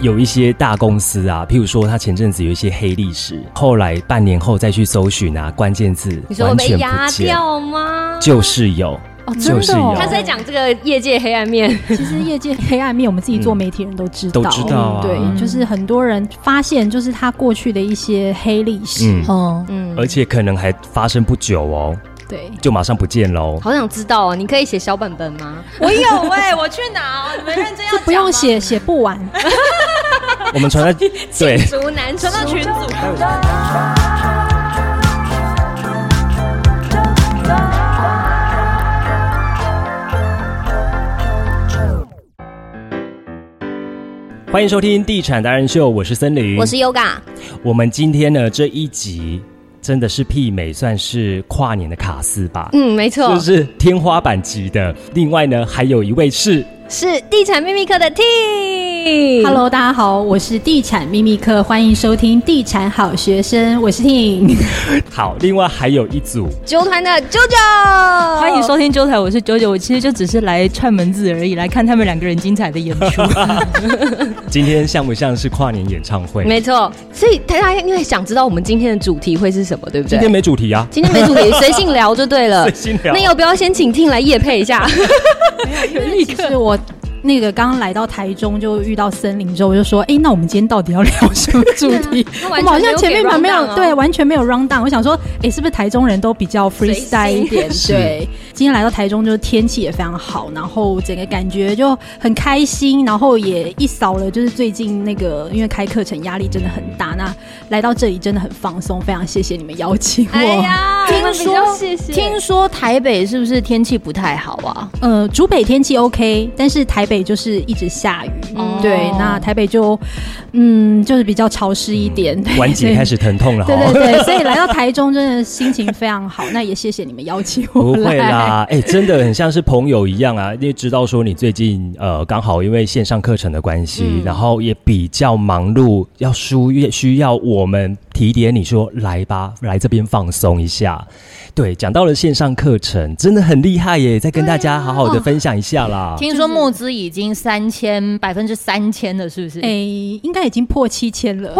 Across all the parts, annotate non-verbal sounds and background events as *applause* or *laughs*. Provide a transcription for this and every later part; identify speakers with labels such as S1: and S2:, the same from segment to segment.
S1: 有一些大公司啊，譬如说它前阵子有一些黑历史，后来半年后再去搜寻啊，关键字
S2: 你说
S1: 完
S2: 我被
S1: 全
S2: 压
S1: 不见，
S2: 掉吗？
S1: 就是有。
S3: 哦，
S1: 嗯就
S3: 真
S1: 是
S3: 的、哦
S1: 有，
S2: 他是
S3: *laughs*
S2: 在讲这个业界黑暗面，
S3: 其实业界黑暗面，我们自己做媒体人都知道，
S1: 都知道啊
S3: 对，就是很多人发现，就是他过去的一些黑历史，
S1: 嗯，
S4: 嗯，
S2: 嗯，
S1: 而且可能还发生不久哦，
S3: 对，
S1: 就马上不见喽。
S2: 好想知道哦，你可以写小本本吗？
S4: *laughs* 我有哎、我去哪哦？你们认真要
S3: 这不
S4: 讲吗
S3: 用，写，写不完。
S1: 我们
S2: *laughs*
S1: 传在对，
S2: 竹南
S4: 传到群组。
S1: 欢迎收听《地产达人秀》，我是森林，
S2: 我是 Yoga，
S1: 我们今天呢这一集真的是媲美，算是跨年的卡斯吧，
S2: 嗯，没错，
S1: 就是天花板级的。另外呢，还有一位是
S2: 是地产秘密课的 T。
S3: Hello，大家好，我是地产秘密课，欢迎收听《地产好学生》，我是 Ting。
S1: 好，另外还有一组
S2: 纠团的 JoJo，
S4: 欢迎收听纠台，我是九九，我其实就
S5: 只是来串门子而已，来看他们两个人精彩的演 *laughs* 出。
S1: 今天像不像是跨年演唱会？
S2: 没错，所以大家应该想知道我们今天的主题会是什么，对不
S1: 今
S2: 对
S1: 天？没主题啊，
S2: 今天没主题，随性聊就对
S1: *laughs*
S2: 了
S1: 随。心聊。
S2: 那要不要先请听来夜配
S1: *laughs*
S2: 一下？
S3: *laughs* 立刻，是我那个刚来到台中就遇到森林之后，我就说，哎、那我们今天到底要聊什么主
S2: *laughs*
S3: 题？
S2: 他
S3: 我
S2: 啊完全
S3: 们好像
S2: 有
S3: 前
S2: 给
S3: 面蛮没
S2: rundown
S3: 有
S2: 哦
S3: 对，完全没有 round down。我想说，哎、是不是台中人都比较
S2: 随性
S3: freestyle 一点？
S1: 是
S3: 对，今天来到台中，就是天气也非常好，然后整个感觉就很开心，然后也一扫了就是最近那个因为开课程压力真的很大，那来到这里真的很放松，非常谢谢你们邀请我。
S2: 哎呀，我们比较谢谢。
S5: 听说台北是不是天气不太好啊？
S3: 呃，竹北天气 OK，但是台北就是一直下雨，
S5: 哦
S2: 嗯
S3: 对，那台北就嗯就是比较潮湿一点，对
S1: 关节嗯开。始疼痛了
S3: 对对
S1: 哈。
S3: 对对，所以来到台中真的心情非常好。那也谢谢你们邀请
S1: *laughs* 不
S3: 我来。
S1: 会啦，哎、真的很像是朋友一样啊，因为知道说你最近呃刚好因为线上课程的关系，
S3: 嗯
S1: 然后也比较忙碌，要疏需要我们提点你说来吧，来这边放松一下。对，讲到了线上课程，真的很厉害耶，再跟大家好好的分享一下
S3: 啊哦
S1: 啦。
S5: 听说募资已经三千百分之三千了，是不是？
S3: 哎、应该已经破七千了。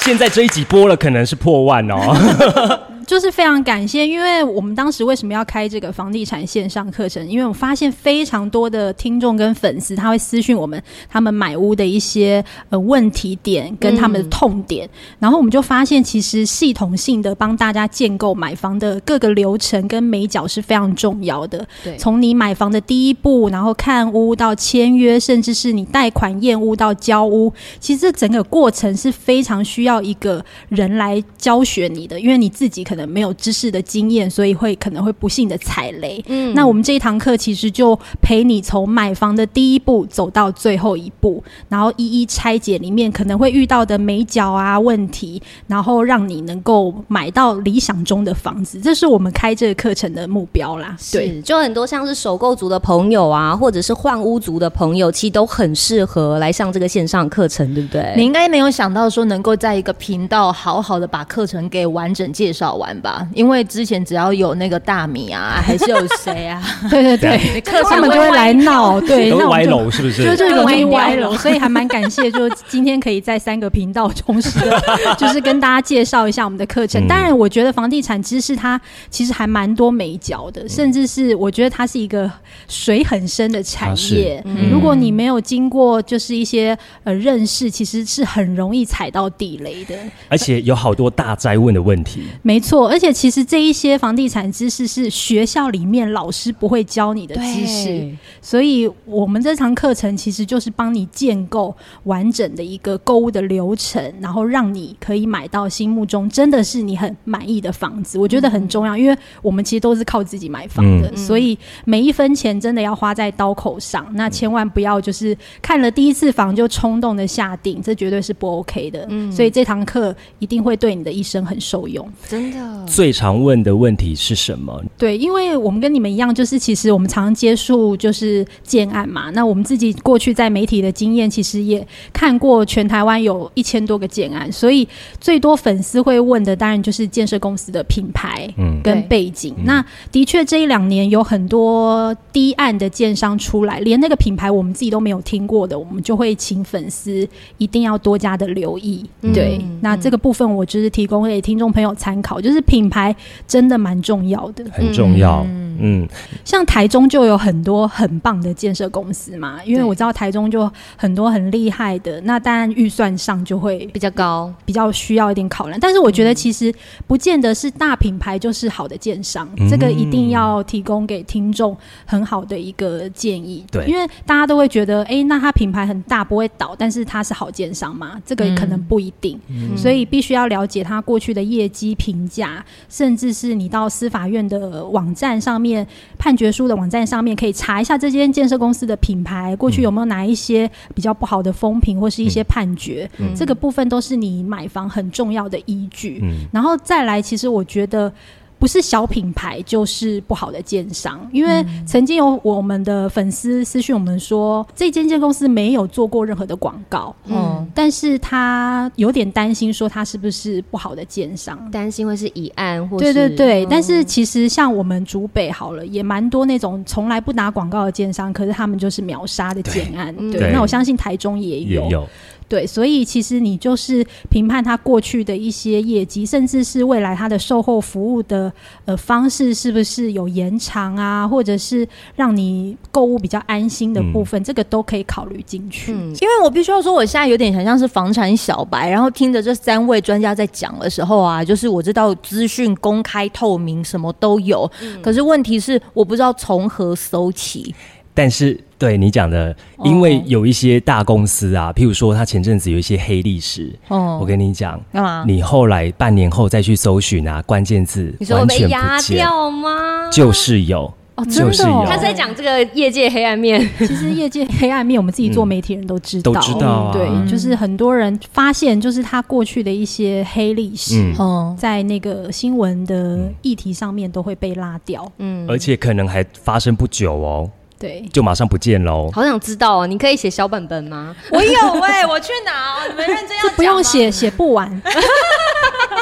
S1: 现在这一集播了，可能是破万
S3: *laughs*
S1: 哦。
S3: 就是非常感谢，因为我们当时为什么要开这个房地产线上课程？因为我发现非常多的听众跟粉丝，他会私讯我们他们买屋的一些呃问题点跟他们的痛点，然后我们就发现，其实系统性的帮大家建构买房的各个流程跟美角是非常重要的。
S5: 对
S3: 从你买房的第一步，然后看屋到签约，甚至是你贷款验屋到交屋，其实这整个过程是非常需要一个人来教学你的，因为你自己可能没有知识的经验，所以会可能会不幸的踩雷。
S2: 嗯
S3: 那我们这一堂课其实就陪你从买房的第一步走到最后一步，然后一一拆解里面可能会遇到的美角啊问题，然后让你能够买到理想中的房子，这是我们开这个课程的目标啦。对，
S2: 是，就很多像是首购族的朋友啊，或者是换屋族的朋友，其实都很适合来上这个线上课程，对不对？
S5: 你应该没有想到说能够在一个频道好好的把课程给完整介绍完吧？因为之前只要有那个大米 *laughs* 啊，还是有谁啊，
S3: 对对对，他们就会来闹，对，
S1: 都
S3: 那我
S1: 歪
S3: 们就
S1: 楼是不？
S3: 就是就容易
S5: 歪
S3: 歪
S5: 楼
S3: 楼，所以还蛮感谢，就今天可以在三个频道同时的，就是跟大家介绍一下我们的课程。
S1: 嗯
S3: 当然，我觉得房地产知识它其实还蛮多美角的，甚至是我觉得它是一个水很深的产业。
S1: 嗯
S3: 如果你没有经过就是一些呃认识，其实是很容易踩到地雷的。
S1: 而且有好多大灾问的问题。
S3: 没错，而且其实这一些房地产知识是学校里面老师不会教你的知识，
S4: 哎
S3: 所以我们这堂课程其实就是帮你建构完整的一个购物的流程，然后让你可以买到心目中真的是你很满意的房子。我觉得很重要，因为我们其实都是靠自己买房的，所以每一分钱真的要花在刀口上。那千万不要就是看了第一次房就冲动的下定，这绝对是不 OK 的。所以这堂课一定会对你的一生很受用。
S2: 真的
S3: 嗯
S1: 最常问的问题是什么？
S3: 对，因为我们跟你们一样，就是其实我们常接触就是建案嘛。那我们自己过去在媒体的经验，其实也看过全台湾有一千多个建案，所以最多粉丝会问的，当然就是建设公司的品牌
S1: 嗯
S3: 跟
S5: 对
S3: 背景。那的确这一两年有很多低案的建商出来，连那个品牌我们自己都没有听过的，我们就会请粉丝一定要多加的留意。对，
S2: 嗯
S3: 那这个部分我就是提供给听众朋友参考，就是品牌真的蛮重要的。
S1: 很重要。嗯，
S3: 像台中就有很多很棒的建设公司嘛，因为
S5: 对
S3: 我知道台中就很多很厉害的，那当然预算上就会
S2: 比较高，
S3: 比较需要一点考量。但是我觉得
S1: 嗯
S3: 其实不见得是大品牌就是好的建商，
S1: 嗯
S3: 这个一定要提供给听众很好的一个建议。
S1: 对
S3: 因为大家都会觉得，诶，那它品牌很大不会倒，但是它是好建商嘛？这个可能不一定，
S1: 嗯
S3: 所以必须要了解它过去的业绩评价，甚至是你到司法院的网站上面、判决书的网站上面，可以查一下这间建设公司的品牌过去有没有哪一些比较不好的风评或是一些判决，这个部分都是你买房很重要的依据。
S1: 嗯
S3: 然后再来，其实我觉得。不是小品牌就是不好的建商，因为曾经有我们的粉丝私讯我们说，这间建公司没有做过任何的广告，
S2: 哦
S5: 嗯，
S3: 但是他有点担心说他是不是不好的建商，
S2: 担心会是疑案或
S3: 对
S2: 是
S3: 对对，
S2: 嗯
S3: 但是其实像我们竹北好了，也蛮多那种从来不打广告的建商，可是他们就是秒杀的建案。
S2: 嗯
S3: 对，
S1: 对
S3: 那我相信台中也
S1: 也
S3: 有。
S1: 有
S3: 对，所以其实你就是评判他过去的一些业绩，甚至是未来他的售后服务的呃方式是不是有延长啊，或者是让你购物比较安心的部分，这个都可以考虑进去。
S2: 嗯
S5: 因为我必须要说，我现在有点很像是房产小白，然后听着这三位专家在讲的时候啊，就是我知道资讯公开透明，什么都有，可是问题是我不知道从何搜起。
S1: 但是对你讲的，因为有一些大公司啊，譬如说他前阵子有一些黑历史，
S5: 哦啊
S1: 我跟你讲，
S5: 干嘛？
S1: 你后来半年后再去搜寻啊，关键字
S2: 你说
S1: 完
S2: 被
S1: 全
S2: 压
S1: 不见，
S2: 掉啊吗？
S1: 就是有，
S5: 哦
S2: 嗯
S3: 嗯
S5: 真
S1: 就
S5: 的
S1: 是
S5: 哦
S1: 有，
S2: 他是在讲这个业界黑暗面，
S3: 其实业界黑暗面，我们自己做媒体人都知
S1: 嗯
S3: 道，
S1: 都知道啊
S3: 对，就是很多人发现，就是他过去的一些黑历史，
S1: 嗯，
S5: 哦，
S3: 在那个新闻的议题上面都会被拉掉。
S2: 嗯，
S1: 而且可能还发生不久哦，
S3: 对，
S1: 就马上不见喽。
S2: 好想知道哦，你可以写小本本吗？
S4: 我有哎、我去哪？你们认真要
S3: 这
S4: 讲
S3: 不用
S4: 吗，
S3: 写，写不完。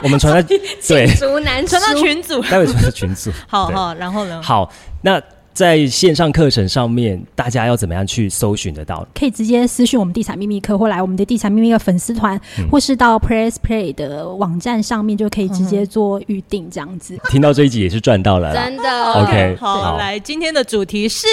S1: 我们传在对，
S2: 竹南
S4: 传到
S2: 书
S4: 群组。
S1: 待会传到群组。
S5: 好
S1: 对
S5: 好，然后呢？
S1: 好，那在线上课程上面，大家要怎么样去搜寻得到？
S3: *laughs* 可以直接私讯我们地产秘密课，或来我们的地产秘密课粉丝团，
S1: 嗯
S3: 或是到 Press Play 的网站上面就可以直接做预定这样子。
S1: 听到这一集也是赚到了啦。
S2: 真的
S1: OK，
S5: 好
S1: 好
S5: 来，
S4: 来，今天的主题是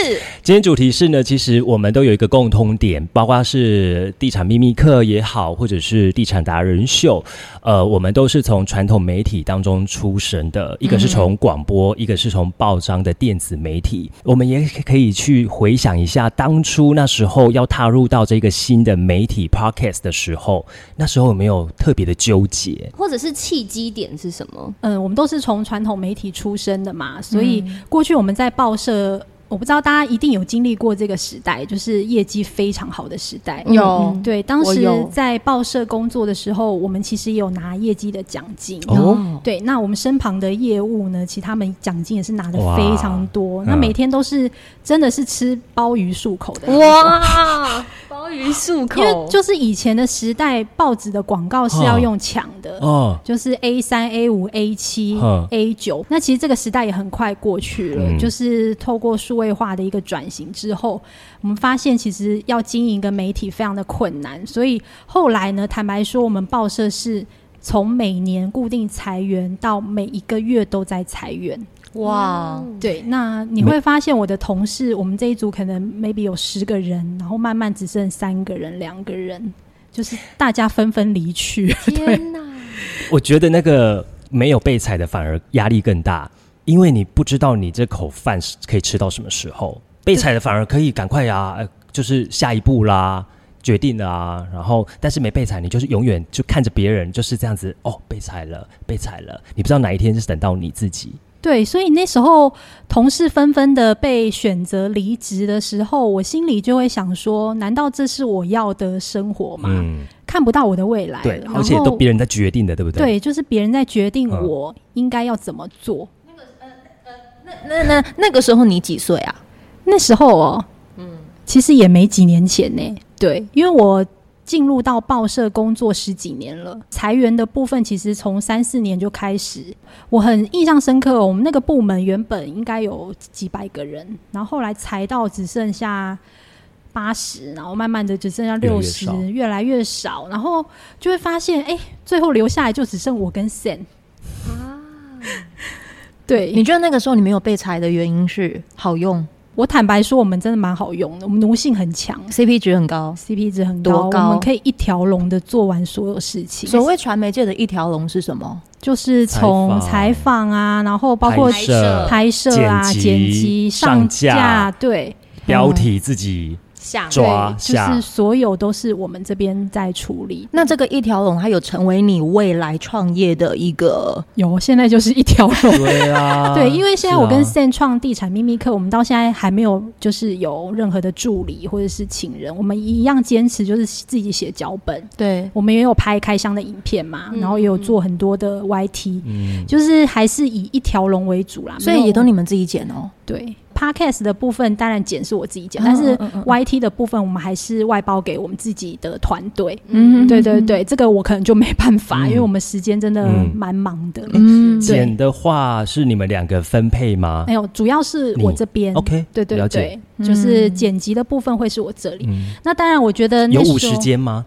S1: 今天主题是呢，其实我们都有一个共通点，包括是地产秘密课也好，或者是地产达人秀，呃，我们都是从传统媒体当中出身的，一个是从广播，一个是从报章的电子媒体。我们也可以去回想一下，当初那时候要踏入到这个新的媒体 podcast 的时候，那时候有没有特别的纠结？
S2: 或者是契机点是什么？
S3: 嗯，我们都是从传统媒体出身的嘛，所以
S5: 嗯
S3: 过去我们在报社，我不知道大家一定有经历过这个时代，就是业绩非常好的时代。
S5: 有
S3: 嗯对，当
S5: 我
S3: 时
S5: 有
S3: 在报社工作的时候，我们其实也有拿业绩的奖金。
S1: 哦，
S3: 对，那我们身旁的业务呢，其实他们奖金也是拿的
S1: 哇
S3: 非常多，那
S1: 嗯
S3: 每天都是真的是吃鲍鱼漱口的那种。
S2: 哇，鲍鱼漱口，
S3: 因为就是以前的时代，报纸的广告是要用抢的，
S1: 哦，
S3: 就是 A 三、A 五、A 七
S1: 嗯、
S3: A 九。那其实这个时代也很快过去了，
S1: 嗯
S3: 就是透过数位化的一个转型之后，我们发现其实要经营一个媒体非常的困难，所以后来呢，坦白说，我们报社是。从每年固定裁员到每一个月都在裁员，
S5: 哇，
S2: 嗯
S3: 对，那你会发现我的同事，我们这一组可能 maybe 有十个人，然后慢慢只剩三个人、两个人，就是大家纷纷离去。
S2: 天哪！
S1: 我觉得那个没有被踩的反而压力更大，因为你不知道你这口饭是可以吃到什么时候。被踩的反而可以赶快啊，呃就是下一步啦，决定了啊。然后，但是没被踩，你就是永远就看着别人就是这样子哦，被踩了，被踩了。你不知道哪一天是等到你自己。
S3: 对，所以那时候同事纷纷的被选择离职的时候，我心里就会想说：难道这是我要的生活吗？
S1: 嗯，
S3: 看不到我的未来了，
S1: 对，
S3: 哎然
S1: 而且都
S3: 后
S1: 别人在决定的，对不对？
S3: 对，就是别人在决定
S1: 嗯
S3: 我应该要怎么做。
S5: 那那那个时候你几岁啊？
S3: 那时候哦，嗯，其实也没几年前呢、对，因为我进入到报社工作十几年了，裁员的部分其实从三四年就开始。我很印象深刻哦、我们那个部门原本应该有几百个人，然后后来裁到只剩下。八十，然后慢慢的只剩下
S1: 越来
S3: 六
S1: 越
S3: 十
S1: 少，
S3: 越来越少，然后就会发现，哎、最后留下来就只
S1: *laughs*
S3: 剩我跟 Sam 对，
S5: 你觉得那个时候你没有被裁的原因是好用
S3: 我坦白说，我们真的蛮好用的，我们奴性很强
S5: ，CP 值很高？
S3: ，CP 值很
S5: 多
S3: 高，
S5: 高
S3: 我们可以一条龙的做完所有事情，
S5: 所谓传媒界的一条龙是什么？
S3: 就是从
S1: 采访
S3: 采访啊，然后包括
S1: 拍摄、
S3: 拍摄啊、
S1: 剪辑
S3: 剪辑、
S1: 上
S3: 上
S1: 架
S3: 对
S1: 标题自己
S4: 想
S1: 抓
S3: 对，就
S1: 下
S3: 是所有都是我们这边在处理。
S5: 那这个一条龙，它有成为你未来创业的一个
S3: 有，现在就是一条
S1: *laughs*
S3: 龙。
S1: 对啊，
S3: 对，因为现在
S1: 是
S3: 我跟
S1: 啊
S3: Sam 创地产秘密课，我们到现在还没有就是有任何的助理或者是请人，我们一样坚持就是自己写脚本，
S5: 对
S3: 我们也有拍开箱的影片嘛，
S2: 嗯
S3: 然后也有做很多的 YT，、
S1: 嗯，
S3: 就是还是以一条龙为主啦。
S5: 所
S3: 没
S5: 以
S3: 有
S5: 也都你们自己剪哦。
S3: 对 Podcast 的部分，当然剪是我自己剪，
S5: 嗯
S3: 但是
S5: 嗯嗯嗯
S3: YT 的部分我们还是外包给我们自己的团队。
S5: 嗯
S3: 对对，对，这个我可能就没办法，
S1: 嗯
S3: 因为我们时间真的
S1: 嗯
S3: 蛮忙的。
S5: 嗯，
S3: 对
S1: 剪的话是你们两个分配吗
S3: 没有，主要是我这边。
S1: ？OK，
S3: 对对
S1: 了解。
S3: 对，就是
S5: 嗯
S3: 剪辑的部分会是我这里。
S1: 嗯，
S3: 那当然，我觉得那
S1: 有
S3: 时候
S1: 五十，间 *laughs* 吗？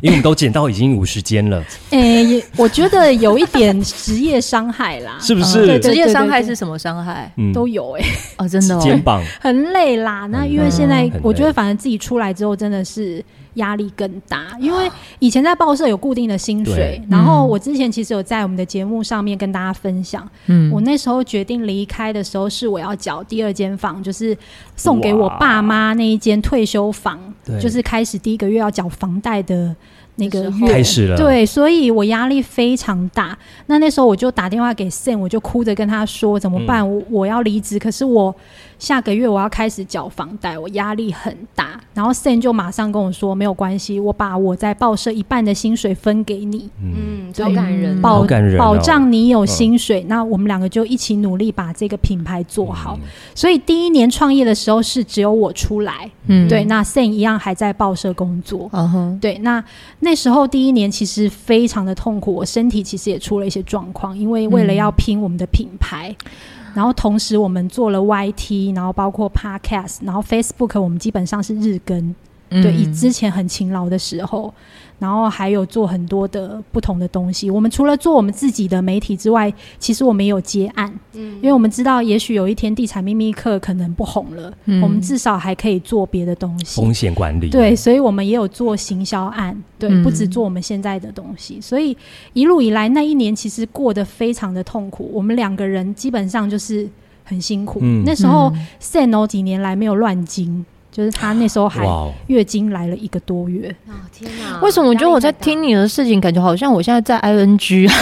S1: 因为我们都剪到已经五十间
S3: *laughs*
S1: 了，
S3: 诶、也我觉得有一点职业伤害啦，
S1: 是不
S5: 嗯
S1: 是？
S5: 职
S3: 啊对
S5: 业伤害
S3: 对
S5: 是什么伤害？
S1: 嗯
S3: 都有诶、
S5: 哦，真的哦，
S1: 肩膀
S3: 很累啦。那因为
S1: 嗯
S3: 现在
S1: 很累
S3: 我觉得，反正自己出来之后真的是压力更大，因为以前在报社有固定的薪水
S1: 对，
S3: 然后我之前其实有在我们的节目上面跟大家分享，
S5: 嗯
S3: 我那时候决定离开的时候是我要缴第二间房，就是送给我爸妈那一间退休房
S1: 对，
S3: 就是开始第一个月要缴房贷的那个
S5: 的时候
S3: 月
S1: 开始了，，
S3: 对，所以我压力非常大。那那时候我就打电话给 Sam，我就哭着跟他说怎么办？我我要离职，可是我下个月我要开始缴房贷，我压力很大。然后 Sam 就马上跟我说没有关系，我把我在报社一半的薪水分给你，
S1: 嗯，
S2: 嗯，好感人哦，
S3: 保、
S1: 好感人哦
S3: 保障你有
S1: 嗯
S3: 薪水。那我们两个就一起努力把这个品牌做好。
S1: 嗯
S3: 所以第一年创业的时候是只有我出来，
S5: 嗯
S3: 对，，那 Sam 一样还在报社工作。
S5: 嗯哼，
S3: 对，那那时候第一年其实非常的痛苦，我身体其实也出了一些状况，因为为了要拼我们的品牌，然后同时我们做了 YT，然后包括 Podcast，然后 Facebook，我们基本上是日更，
S5: 嗯
S3: 对，以之前很勤劳的时候，然后还有做很多的不同的东西。我们除了做我们自己的媒体之外，其实我们也有接案，因为我们知道也许有一天地产秘密课可能不红了，
S5: 嗯
S3: 我们至少还可以做别的东西。
S1: 风险管理，
S3: 对，，所以我们也有做行销案，对，
S5: 嗯
S3: 不止做我们现在的东西，所以一路以来那一年其实过得非常的痛苦，我们两个人基本上就是很辛苦。
S1: 嗯
S3: 那时候 Sen 哦几年来没有乱经，就是他那时候还
S1: 哇哦，
S3: 月经来了一个多月，
S2: 哦天哪！
S5: 为什么我觉得我在
S2: 压力太大
S5: 听你的事情，感觉好像我现在在 ING 啊？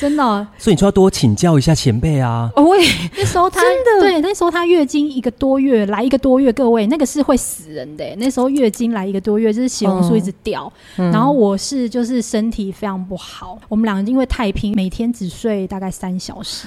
S3: 真的哦，
S1: 所以你就要多请教一下前辈啊，
S3: *laughs*
S2: 哦
S5: 我也
S3: 那时候他对那时候他月经一个多月来一个多月，各位那个是会死人的耶，欸那时候月经来一个多月，就是血红素一直掉，
S2: 嗯
S3: 然后我是就是身体非常不好，我们两个因为太拼，每天只睡大概三小时。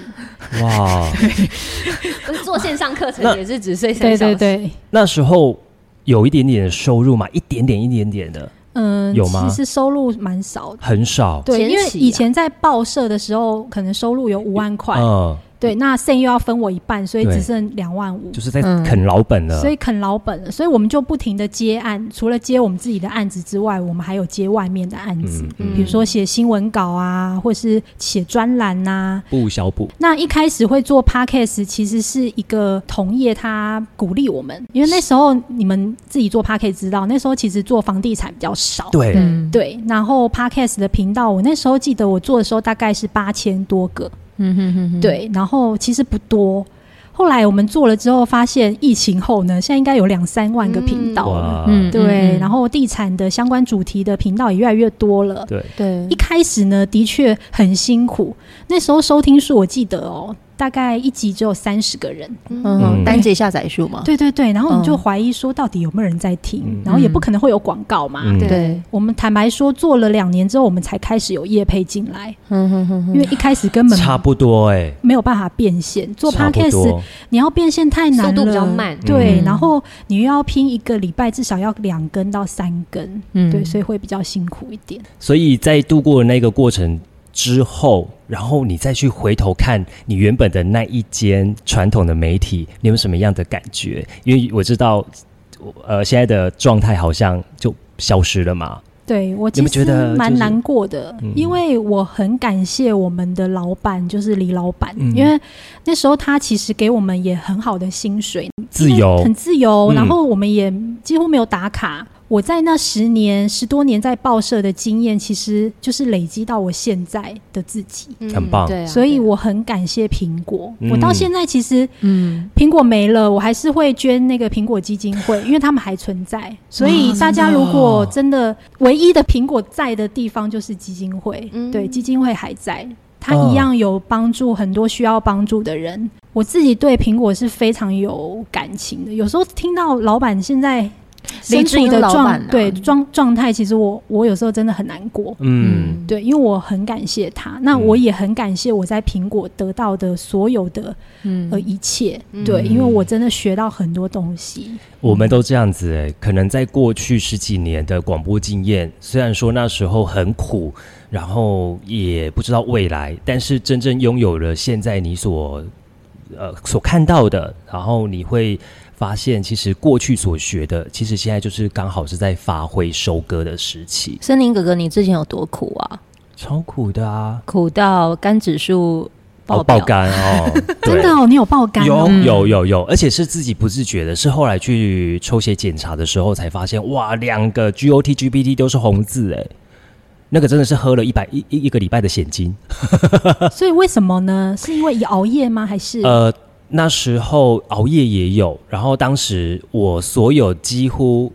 S1: 哇，哦
S2: 不是呃做线上课
S1: 那
S2: 程
S4: *laughs*
S2: 也是只睡三
S3: 对
S2: 小
S3: 对
S2: 时？
S3: 对，
S1: 那时候有一点点的收入嘛，一点点一点点的，
S3: 嗯，
S1: 有吗
S3: 其实收入蛮少的。
S1: 很少，
S3: 对，
S2: 前
S3: 因为
S2: 期啊
S3: 以前在报社的时候，可能收入有五万块，
S1: 嗯，
S3: 对，那剩又要分我一半，所以
S1: 对
S3: 只剩两万五
S1: 就，是在
S5: 嗯
S1: 啃老本了，
S3: 所以啃老本了，所以我们就不停的接案，除了接我们自己的案子之外，我们还有接外面的案子，
S1: 嗯，
S2: 嗯
S3: 比如说写新闻稿啊，或是写专栏呐、
S1: 不小补，
S3: 那一开始会做 podcast，其实是一个同业他鼓励我们，因为那时候你们自己做 podcast 知道，那时候其实做房地产比较少。
S1: 对，
S5: 嗯
S3: 对然后 podcast 的频道，我那时候记得我做的时候大概是八千多个，
S5: 嗯哼哼哼，
S3: 对，然后其实不多。后来我们做了之后，发现疫情后呢，现在应该有两三万个频道了。
S1: 哇，
S5: 嗯，嗯
S3: 对，
S5: 嗯
S3: 然后地产的相关主题的频道也越来越多了。
S5: 嗯
S1: 对，
S5: 对
S3: 一，开始呢，的确很辛苦。那时候收听数我记得哦，大概一集只有三十个人，
S5: 嗯，
S1: 嗯
S5: 单节下载数嘛，
S3: 对对对，然后你就
S5: 嗯
S3: 怀疑说到底有没有人在听，
S1: 嗯
S3: 然后也不可能会有广告嘛。
S1: 嗯
S5: 对，
S3: 我们坦白说，做了两年之后，我们才开始有业配进来，
S5: 嗯哼哼
S3: 因为一开始根本
S1: 差不多哎、
S3: 没有办法变现。做
S1: 差不
S3: podcast
S1: 多，
S3: 你要变现太难了，
S2: 速度比较慢
S3: 对，
S5: 嗯
S3: 然后你又要拼一个礼拜，至少要两根到三根，
S5: 嗯
S3: 对，所以会比较辛苦一点。
S1: 所以在度过那个过程之后，然后你再去回头看你原本的那一间传统的媒体，你有什么样的感觉？因为我知道，呃，现在的状态好像就消失了嘛。
S3: 对我
S1: 你
S3: 其
S1: 们觉得
S3: 实蛮
S1: 就是
S3: 难过的，
S1: 嗯
S3: 因为我很感谢我们的老板，就是李老板，
S1: 嗯
S3: 因为那时候他其实给我们也很好的薪水，
S1: 自
S3: 因为
S1: 由
S3: 很，自由，
S1: 嗯
S3: 然后我们也几乎没有打卡。我在那十年、十多年在报社的经验，其实就是累积到我现在的自己，
S1: 嗯很
S2: 嗯
S1: 棒
S5: 对啊，
S3: 所以我很感谢苹果。
S1: 嗯
S3: 我到现在其实
S5: 嗯，
S3: 苹果没了，我还是会捐那个苹果基金
S5: *laughs*
S3: 会，因为他们还存在。所以
S5: 哦
S3: 大家如果真的唯一的苹果在的地方就是基金会，
S2: 嗯
S3: 对，基金会还在，它
S1: 哦
S3: 一样有帮助很多需要帮助的人。我自己对苹果是非常有感情的，有时候听到老板现在
S5: 离
S3: 身
S5: 职
S3: 处
S5: 英
S3: 的
S5: 老
S3: 状、
S5: 板啊
S3: 对状状态，其实我我有时候真的很难过。
S1: 嗯，
S3: 对，因为我很感谢他，那我也很感谢我在苹果得到的所有的
S5: 嗯
S3: 呃一切，对，因为我真的学到很多东西，
S1: 我们都这样子哎、可能在过去十几年的广播经验，虽然说那时候很苦，然后也不知道未来，但是真正拥有了现在你所呃所看到的，然后你会发现，其实过去所学的，其实现在就是刚好是在发挥收割的时期，
S5: 森林哥哥，你之前有多苦啊？
S1: 超苦的啊，
S5: 苦到肝指数
S1: 哦
S5: 爆
S1: 爆
S5: 表
S1: 肝哦，对
S3: 真的哦，你有爆肝
S1: 有
S3: 哦，
S1: 有有有，而且是自己不自觉的，是后来去抽血检查的时候才发现，哇，两个 GOT、GPT 都是红字哎，那个真的是喝了一百一一一个礼拜的险金。
S3: 所以为什么呢？是因为熬夜吗？还是
S1: 呃，那时候熬夜也有，然后当时我所有几乎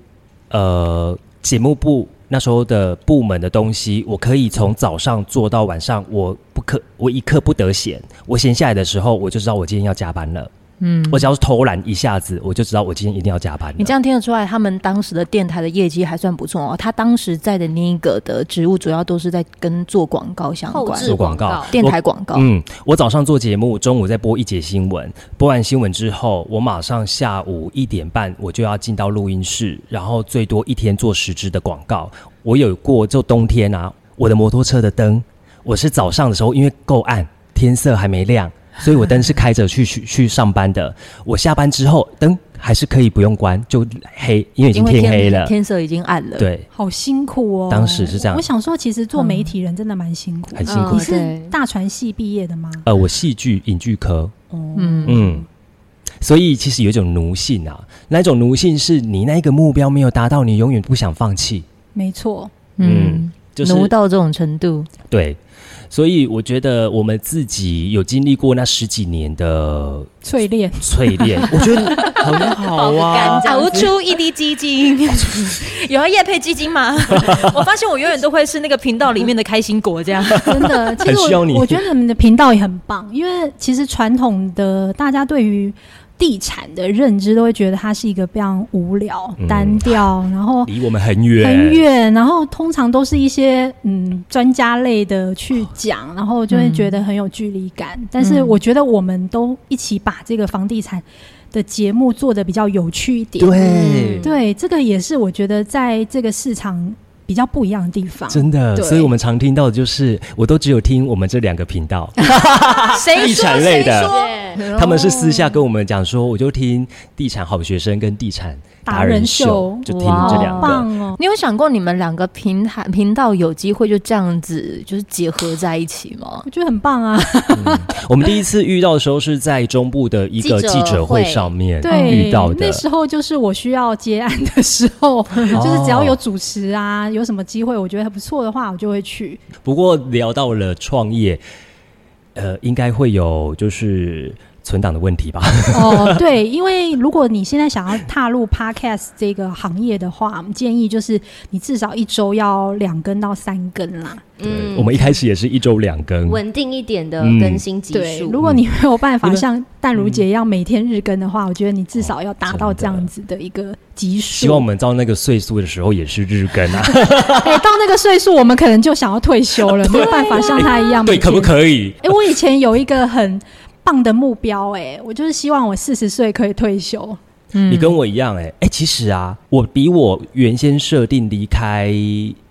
S1: 呃节目部那时候的部门的东西，我可以从早上做到晚上，我不可我一刻不得闲。我闲下来的时候，我就知道我今天要加班了。嗯，我只要是偷懒一下子，我就知道我今天一定要加班了。
S5: 你这样听得出来，他们当时的电台的业绩还算不错哦。他当时在的那个的职务，主要都是在跟做广告相
S2: 后
S5: 关，
S2: 置
S1: 广
S2: 广告
S1: 告，
S5: 电台广告。
S1: 嗯，我早上做节目，中午再播一节新闻，播完新闻之后，我马上下午一点半我就要进到录音室，然后最多一天做十支的广告。我有过，就冬天啊，我的摩托车的灯，我是早上的时候因为够暗，天色还没亮，所以我灯是开着去去去上班的。我下班之后灯还是可以不用关，就黑，因为已
S5: 因
S1: 经
S5: 为
S1: 天
S5: 嗯天
S1: 黑了。
S5: 天色已经暗了。，
S1: 对，
S3: 好辛苦哦？
S1: 当时是这样
S3: 我想说，其实做媒体人真的蛮辛苦的。
S1: 很辛苦
S3: 你
S5: 嗯
S3: 是大传系毕业的吗？
S1: 呃，我戏剧影剧科，
S5: 嗯
S1: 嗯，所以其实有一种奴性啊，那种奴性是你那个目标没有达到，你永远不想放弃，
S3: 没错，
S1: 嗯
S5: 嗯，
S1: 就是
S5: 奴到这种程度，
S1: 对。所以我觉得我们自己有经历过那十几年的
S3: 淬炼。
S1: 淬 *laughs* 炼，我觉得很好啊。
S4: 熬出一滴基金， *laughs* 有要夜配基金吗？ *laughs* 我发现我永远都会是那个频道里面的开心果，
S1: *laughs*
S4: 这样。
S3: 真的，其实
S1: 很需要
S3: 我
S1: 你
S3: 我觉得你们的频道也很棒，因为其实传统的大家对于地产的认知都会觉得它是一个非常无聊、
S1: 嗯
S3: 单调，然后
S1: 离我们很远，
S3: 很远，然后通常都是一些嗯专家类的去
S1: 哦
S3: 讲，然后就会觉得很有距离感。
S1: 嗯
S3: 但是我觉得我们都一起把这个房地产的节目做的比较有趣一点，
S1: 嗯对，
S3: 对这个也是我觉得在这个市场比较不一样的地方。
S1: 真的。
S3: 对
S1: 所以我们常听到的就是，我都只有听我们这两个频 *laughs* 道，
S4: 谁
S1: 地
S4: 说
S1: 产类的
S4: 谁说
S1: 他们是私下跟我们讲说，我就听地产好学生跟地产达人秀，
S3: 达人秀
S1: 就听这两
S3: 好
S1: 个。
S3: 棒哦！
S5: 你有想过你们两个平台频道有机会就这样子就是结合在一起吗？
S3: 我觉得很棒啊，
S1: 我们第一次遇到的时候是在中部的一个
S2: 记者
S1: 记者会
S2: 会
S1: 上面
S3: 对，
S1: 遇到的
S3: 那，时候就是我需要接案的时
S1: *laughs*
S3: 候，就是只要有主持啊，
S1: 哦
S3: 有什么机会，我觉得还不错的话，我就
S1: *laughs*
S3: 会去。
S1: 不过聊到了创业，呃，应该会有就是。存档的问题吧？
S3: 哦，对，因为如果你现在想要踏入 podcast 这个行业的话，我们建议就是你至少一周要两根到三根啦。
S2: 嗯
S1: 对， *laughs* 我们一开始也是一周两更，
S2: 稳定一点的
S1: 嗯
S2: 更新级
S3: 对，
S2: 数。
S3: 如果你没有办
S1: 因
S3: 法
S1: 为
S3: 像淡如姐一样每天日更的话，我觉得你至少要达到这样子的一个级数。
S1: 希望我们到那个岁数的时候也是日更啊。
S3: 哎、到那个岁数，我们可能就想要退休了，没有办法像她一样。
S1: 对，可不？可以？
S3: 哎、我以前有一个很棒的目标、哎，我就是希望我四十岁可以退休。
S5: 嗯
S1: 你跟我一样哎、欸、哎、其实啊，我比我原先设定离开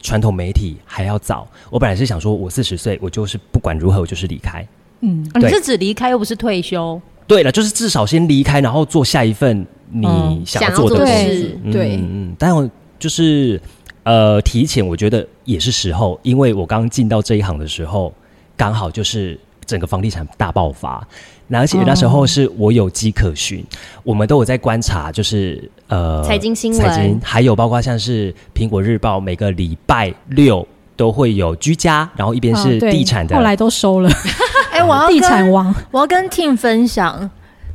S1: 传统媒体还要早。我本来是想说，我四十岁，我就是不管如何，我就是离开。
S3: 嗯，
S5: 哦你
S1: 对
S5: 是指离开又不是退休，
S1: 对了，就是至少先离开，然后做下一份你
S5: 嗯
S1: 想要
S2: 想要
S1: 做的东
S2: 做的
S1: 西。
S2: 事
S1: 嗯
S3: 对
S1: 嗯，嗯但我就是呃，提前我觉得也是时候，因为我刚进到这一行的时候，刚好就是整个房地产大爆发，那而且那时候是我有迹可循，我们都有在观察，就是呃，
S2: 财经新闻
S1: 财经还有包括像是苹果日报，每个礼拜六。都会有居家，然后一边
S3: 啊
S1: 是
S3: 对
S1: 地产的，
S3: 后来都收了。
S5: 哎、我要
S2: 啊
S3: 地
S5: 跟
S3: 产王，
S5: 我要跟 Tim 分享，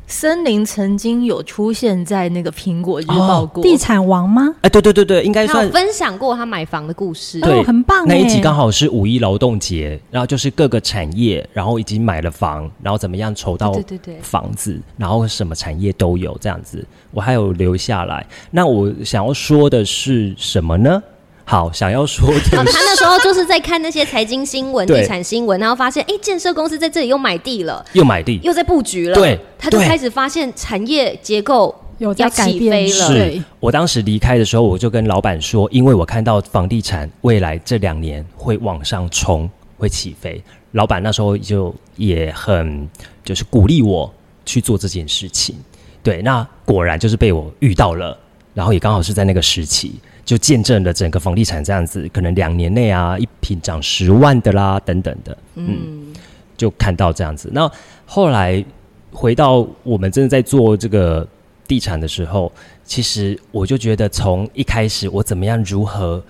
S5: 森林曾经有出现在那个苹果日报过。
S3: 地产王吗？
S1: 哎，对对对对，应该
S2: 他
S1: 算
S2: 有分享过他买房的故事，
S1: 对，
S3: 哦很棒
S1: 那一
S3: 欸
S1: 集刚好是五一劳动节，然后就是各个产业，然后已经买了房，然后怎么样筹到
S2: 对对对对
S1: 房子，然后什么产业都有这样子，我还有留下来。那我想要说的是什么呢？好，想要说
S2: 然 *laughs*
S1: 的是
S2: 后他那时候就是在看那些财经新闻、
S1: 对
S2: 地产新闻，然后发现哎、诶建设公司在这里又买地了，
S1: 又买地，
S2: 又在布局了，
S1: 对
S2: 他就
S1: 对
S2: 开始发现产业结构
S3: 有在
S2: 要
S3: 改
S2: 起飞
S3: 变
S2: 了，
S1: 是我当时离开的时候，我就跟老板说，因为我看到房地产未来这两年会往上冲，会起飞。老板那时候就也很就是鼓励我去做这件事情。对，那果然就是被我遇到了，然后也刚好是在那个时期，就见证了整个房地产这样子，可能两年内啊，一平涨十万的啦，等等的，嗯，就看到这样子。那后来回到我们真的在做这个地产的时候，其实我就觉得从一开始我怎么样如何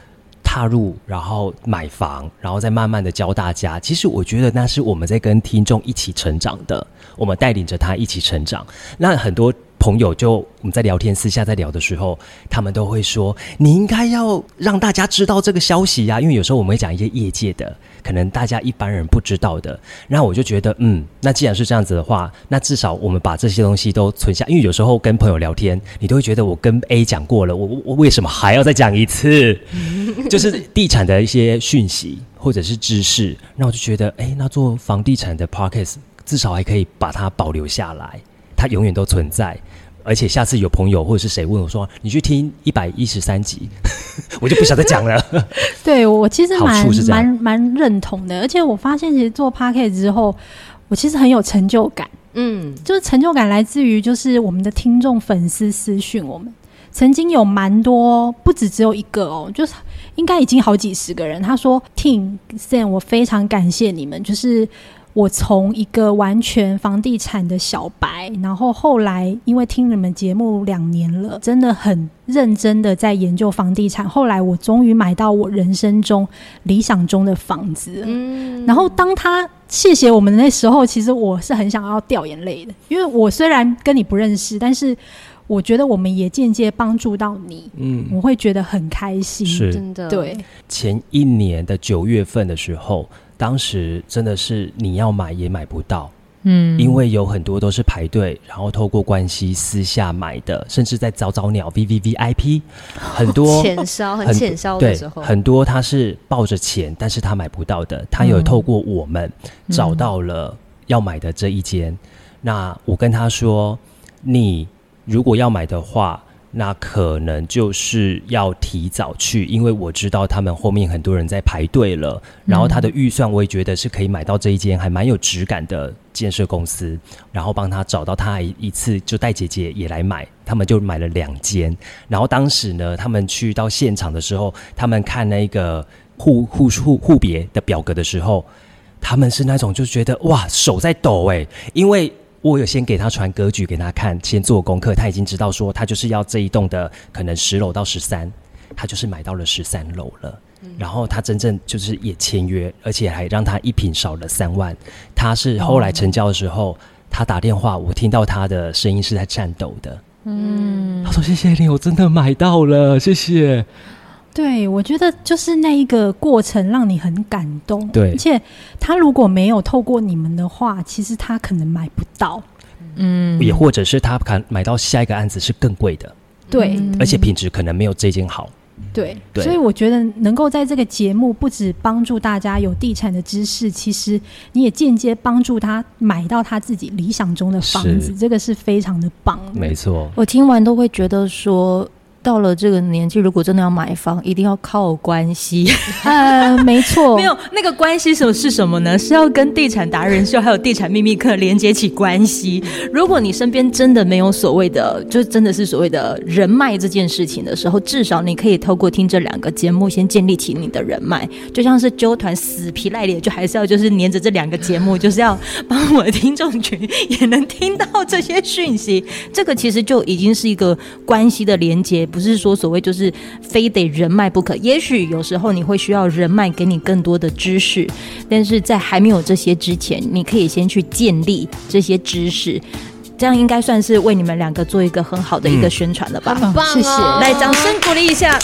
S1: 踏入，然后买房，然后再慢慢的教大家。其实我觉得那是我们在跟听众一起成长的，我们带领着他一起成长。那很多。朋友就我们在聊天，私下在聊的时候，他们都会说，你应该要让大家知道这个消息啊呀、因为有时候我们会讲一些业界的，可能大家一般人不知道的。然后我就觉得，嗯，那既然是这样子的话，那至少我们把这些东西都存下，因为有时候跟朋友聊天，你都会觉得我跟 A 讲过了，我我我为什么还要再讲一次？就是地产的一些讯息或者是知识，那我就觉得，哎、那做房地产的 podcast 至少还可以把它保留下来，它永远都存在。而且下次有朋友或者是谁问我说：“你去听一百一十三集”， *laughs* 我就不想再讲了。
S3: 对我其实
S1: 好
S3: 蛮
S1: 处是这样
S3: 蛮蛮认同的，而且我发现其实做 p a c k e t 之后，我其实很有成就感，
S2: 嗯，
S3: 就是成就感来自于就是我们的听众粉丝私讯我们。曾经有蛮多，不止只有一个哦，就是应该已经好几十个人。他说：“Tim、Sam，我非常感谢你们，就是我从一个完全房地产的小白，然后后来因为听你们节目两年了，真的很认真的在研究房地产。后来我终于买到我人生中理想中的房子。嗯，然后当他谢谢我们的那时候，其实我是很想要掉眼泪的，因为我虽然跟你不认识，但是我觉得我们也间接帮助到你，
S1: 嗯，
S3: 我会觉得很开心。，
S1: 是
S2: 嗯真的，
S3: 对，
S1: 前一年的九月份的时候，当时真的是你要买也买不到，
S5: 嗯
S1: 因为有很多都是排队，然后透过关系私下买的，甚至在早早鸟 V V V I P，很多
S2: 浅烧很 *laughs* 浅烧的
S1: 对
S2: 时候，
S1: 很多他是抱着钱，但是他买不到的，他有透过我们
S2: 嗯
S1: 找到了要买的这一间。那我跟他说，你如果要买的话。那可能就是要提早去，因为我知道他们后面很多人在排队了。
S2: 嗯
S1: 然后他的预算我也觉得是可以买到这一间还蛮有质感的建设公司，然后帮他找到他一一次就带姐姐也来买，他们就买了两间。然后当时呢，他们去到现场的时候，他们看那个户户户户别的表格的时候，他们是那种就觉得哇手在抖哎、因为我有先给他传格局给他看，先做功课，他已经知道说他就是要这一栋的可能十楼到十三，他就是买到了十三楼了。然后他真正就是也签约，而且还让他一平少了三万。他是后来成交的时候，他打电话，我听到他的声音是在颤抖的。嗯，他说：“谢谢你，我真的买到了，谢谢。
S3: 对，我觉得就是那一个过程让你很感动。
S1: 对
S3: 而且他如果没有透过你们的话，其实他可能买不到。
S5: 嗯
S1: 也或者是他看买到下一个案子是更贵的，
S3: 对、
S5: 嗯
S1: 而且品质可能没有这间好。
S3: 对，
S1: 对
S3: 所以我觉得能够在这个节目不止帮助大家有地产的知识，其实你也间接帮助他买到他自己理想中的房子
S1: 是，
S3: 这个是非常的棒的。
S1: 没错，
S5: 我听完都会觉得说，到了这个年纪，如果真的要买房，一定要靠关系。
S3: *laughs* 呃，没错，
S5: 没有那个关系什么是什么呢？是要跟地产达人秀还有地产秘密课连接起关系。如果你身边真的没有所谓的，就真的是所谓的人脉这件事情的时候，至少你可以透过听这两个节目先建立起你的人脉。就像是纠团死皮赖脸，就还是要就是黏着这两个节目，就是要帮我的听众群也能听到这些讯息。这个其实就已经是一个关系的连接，不是说所谓就是非得人脉不可。也许有时候你会需要人脉给你更多的知识，但是在还没有这些之前，你可以先去建立这些知识，这样应该算是为你们两个做一个很好的一个宣传了吧。
S3: 嗯
S2: 棒哦
S3: 谢谢。
S5: 来，掌声鼓励一下！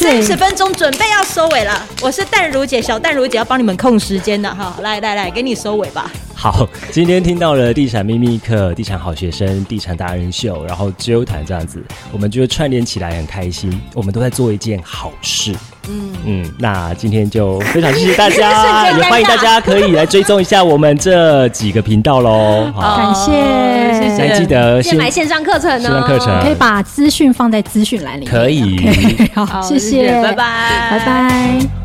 S3: 对
S5: 三十分钟准备要收尾了，我是淡如姐，小淡如姐要帮你们控时间的哈。来来来，给你收尾吧。
S1: 好，今天听到了地产秘密课、地产好学生、地产达人秀，然后纠谈这样子，我们就串联起来很开心，我们都在做一件好事。嗯嗯，那今天就非常谢谢大
S5: 瞬
S1: 家， *laughs*
S5: 间尴尬
S1: 也欢迎大家可以来追踪一下我们这几个频道喽。好，
S3: 感谢
S5: 哦谢
S1: 大
S5: 谢
S1: 家记得
S2: 先买线上课程哦，
S1: 线上课程
S3: 可以把资讯放在资讯栏里面。
S1: 可以。
S3: 好，谢
S5: 谢谢
S3: 谢，
S5: 拜拜
S3: 拜拜。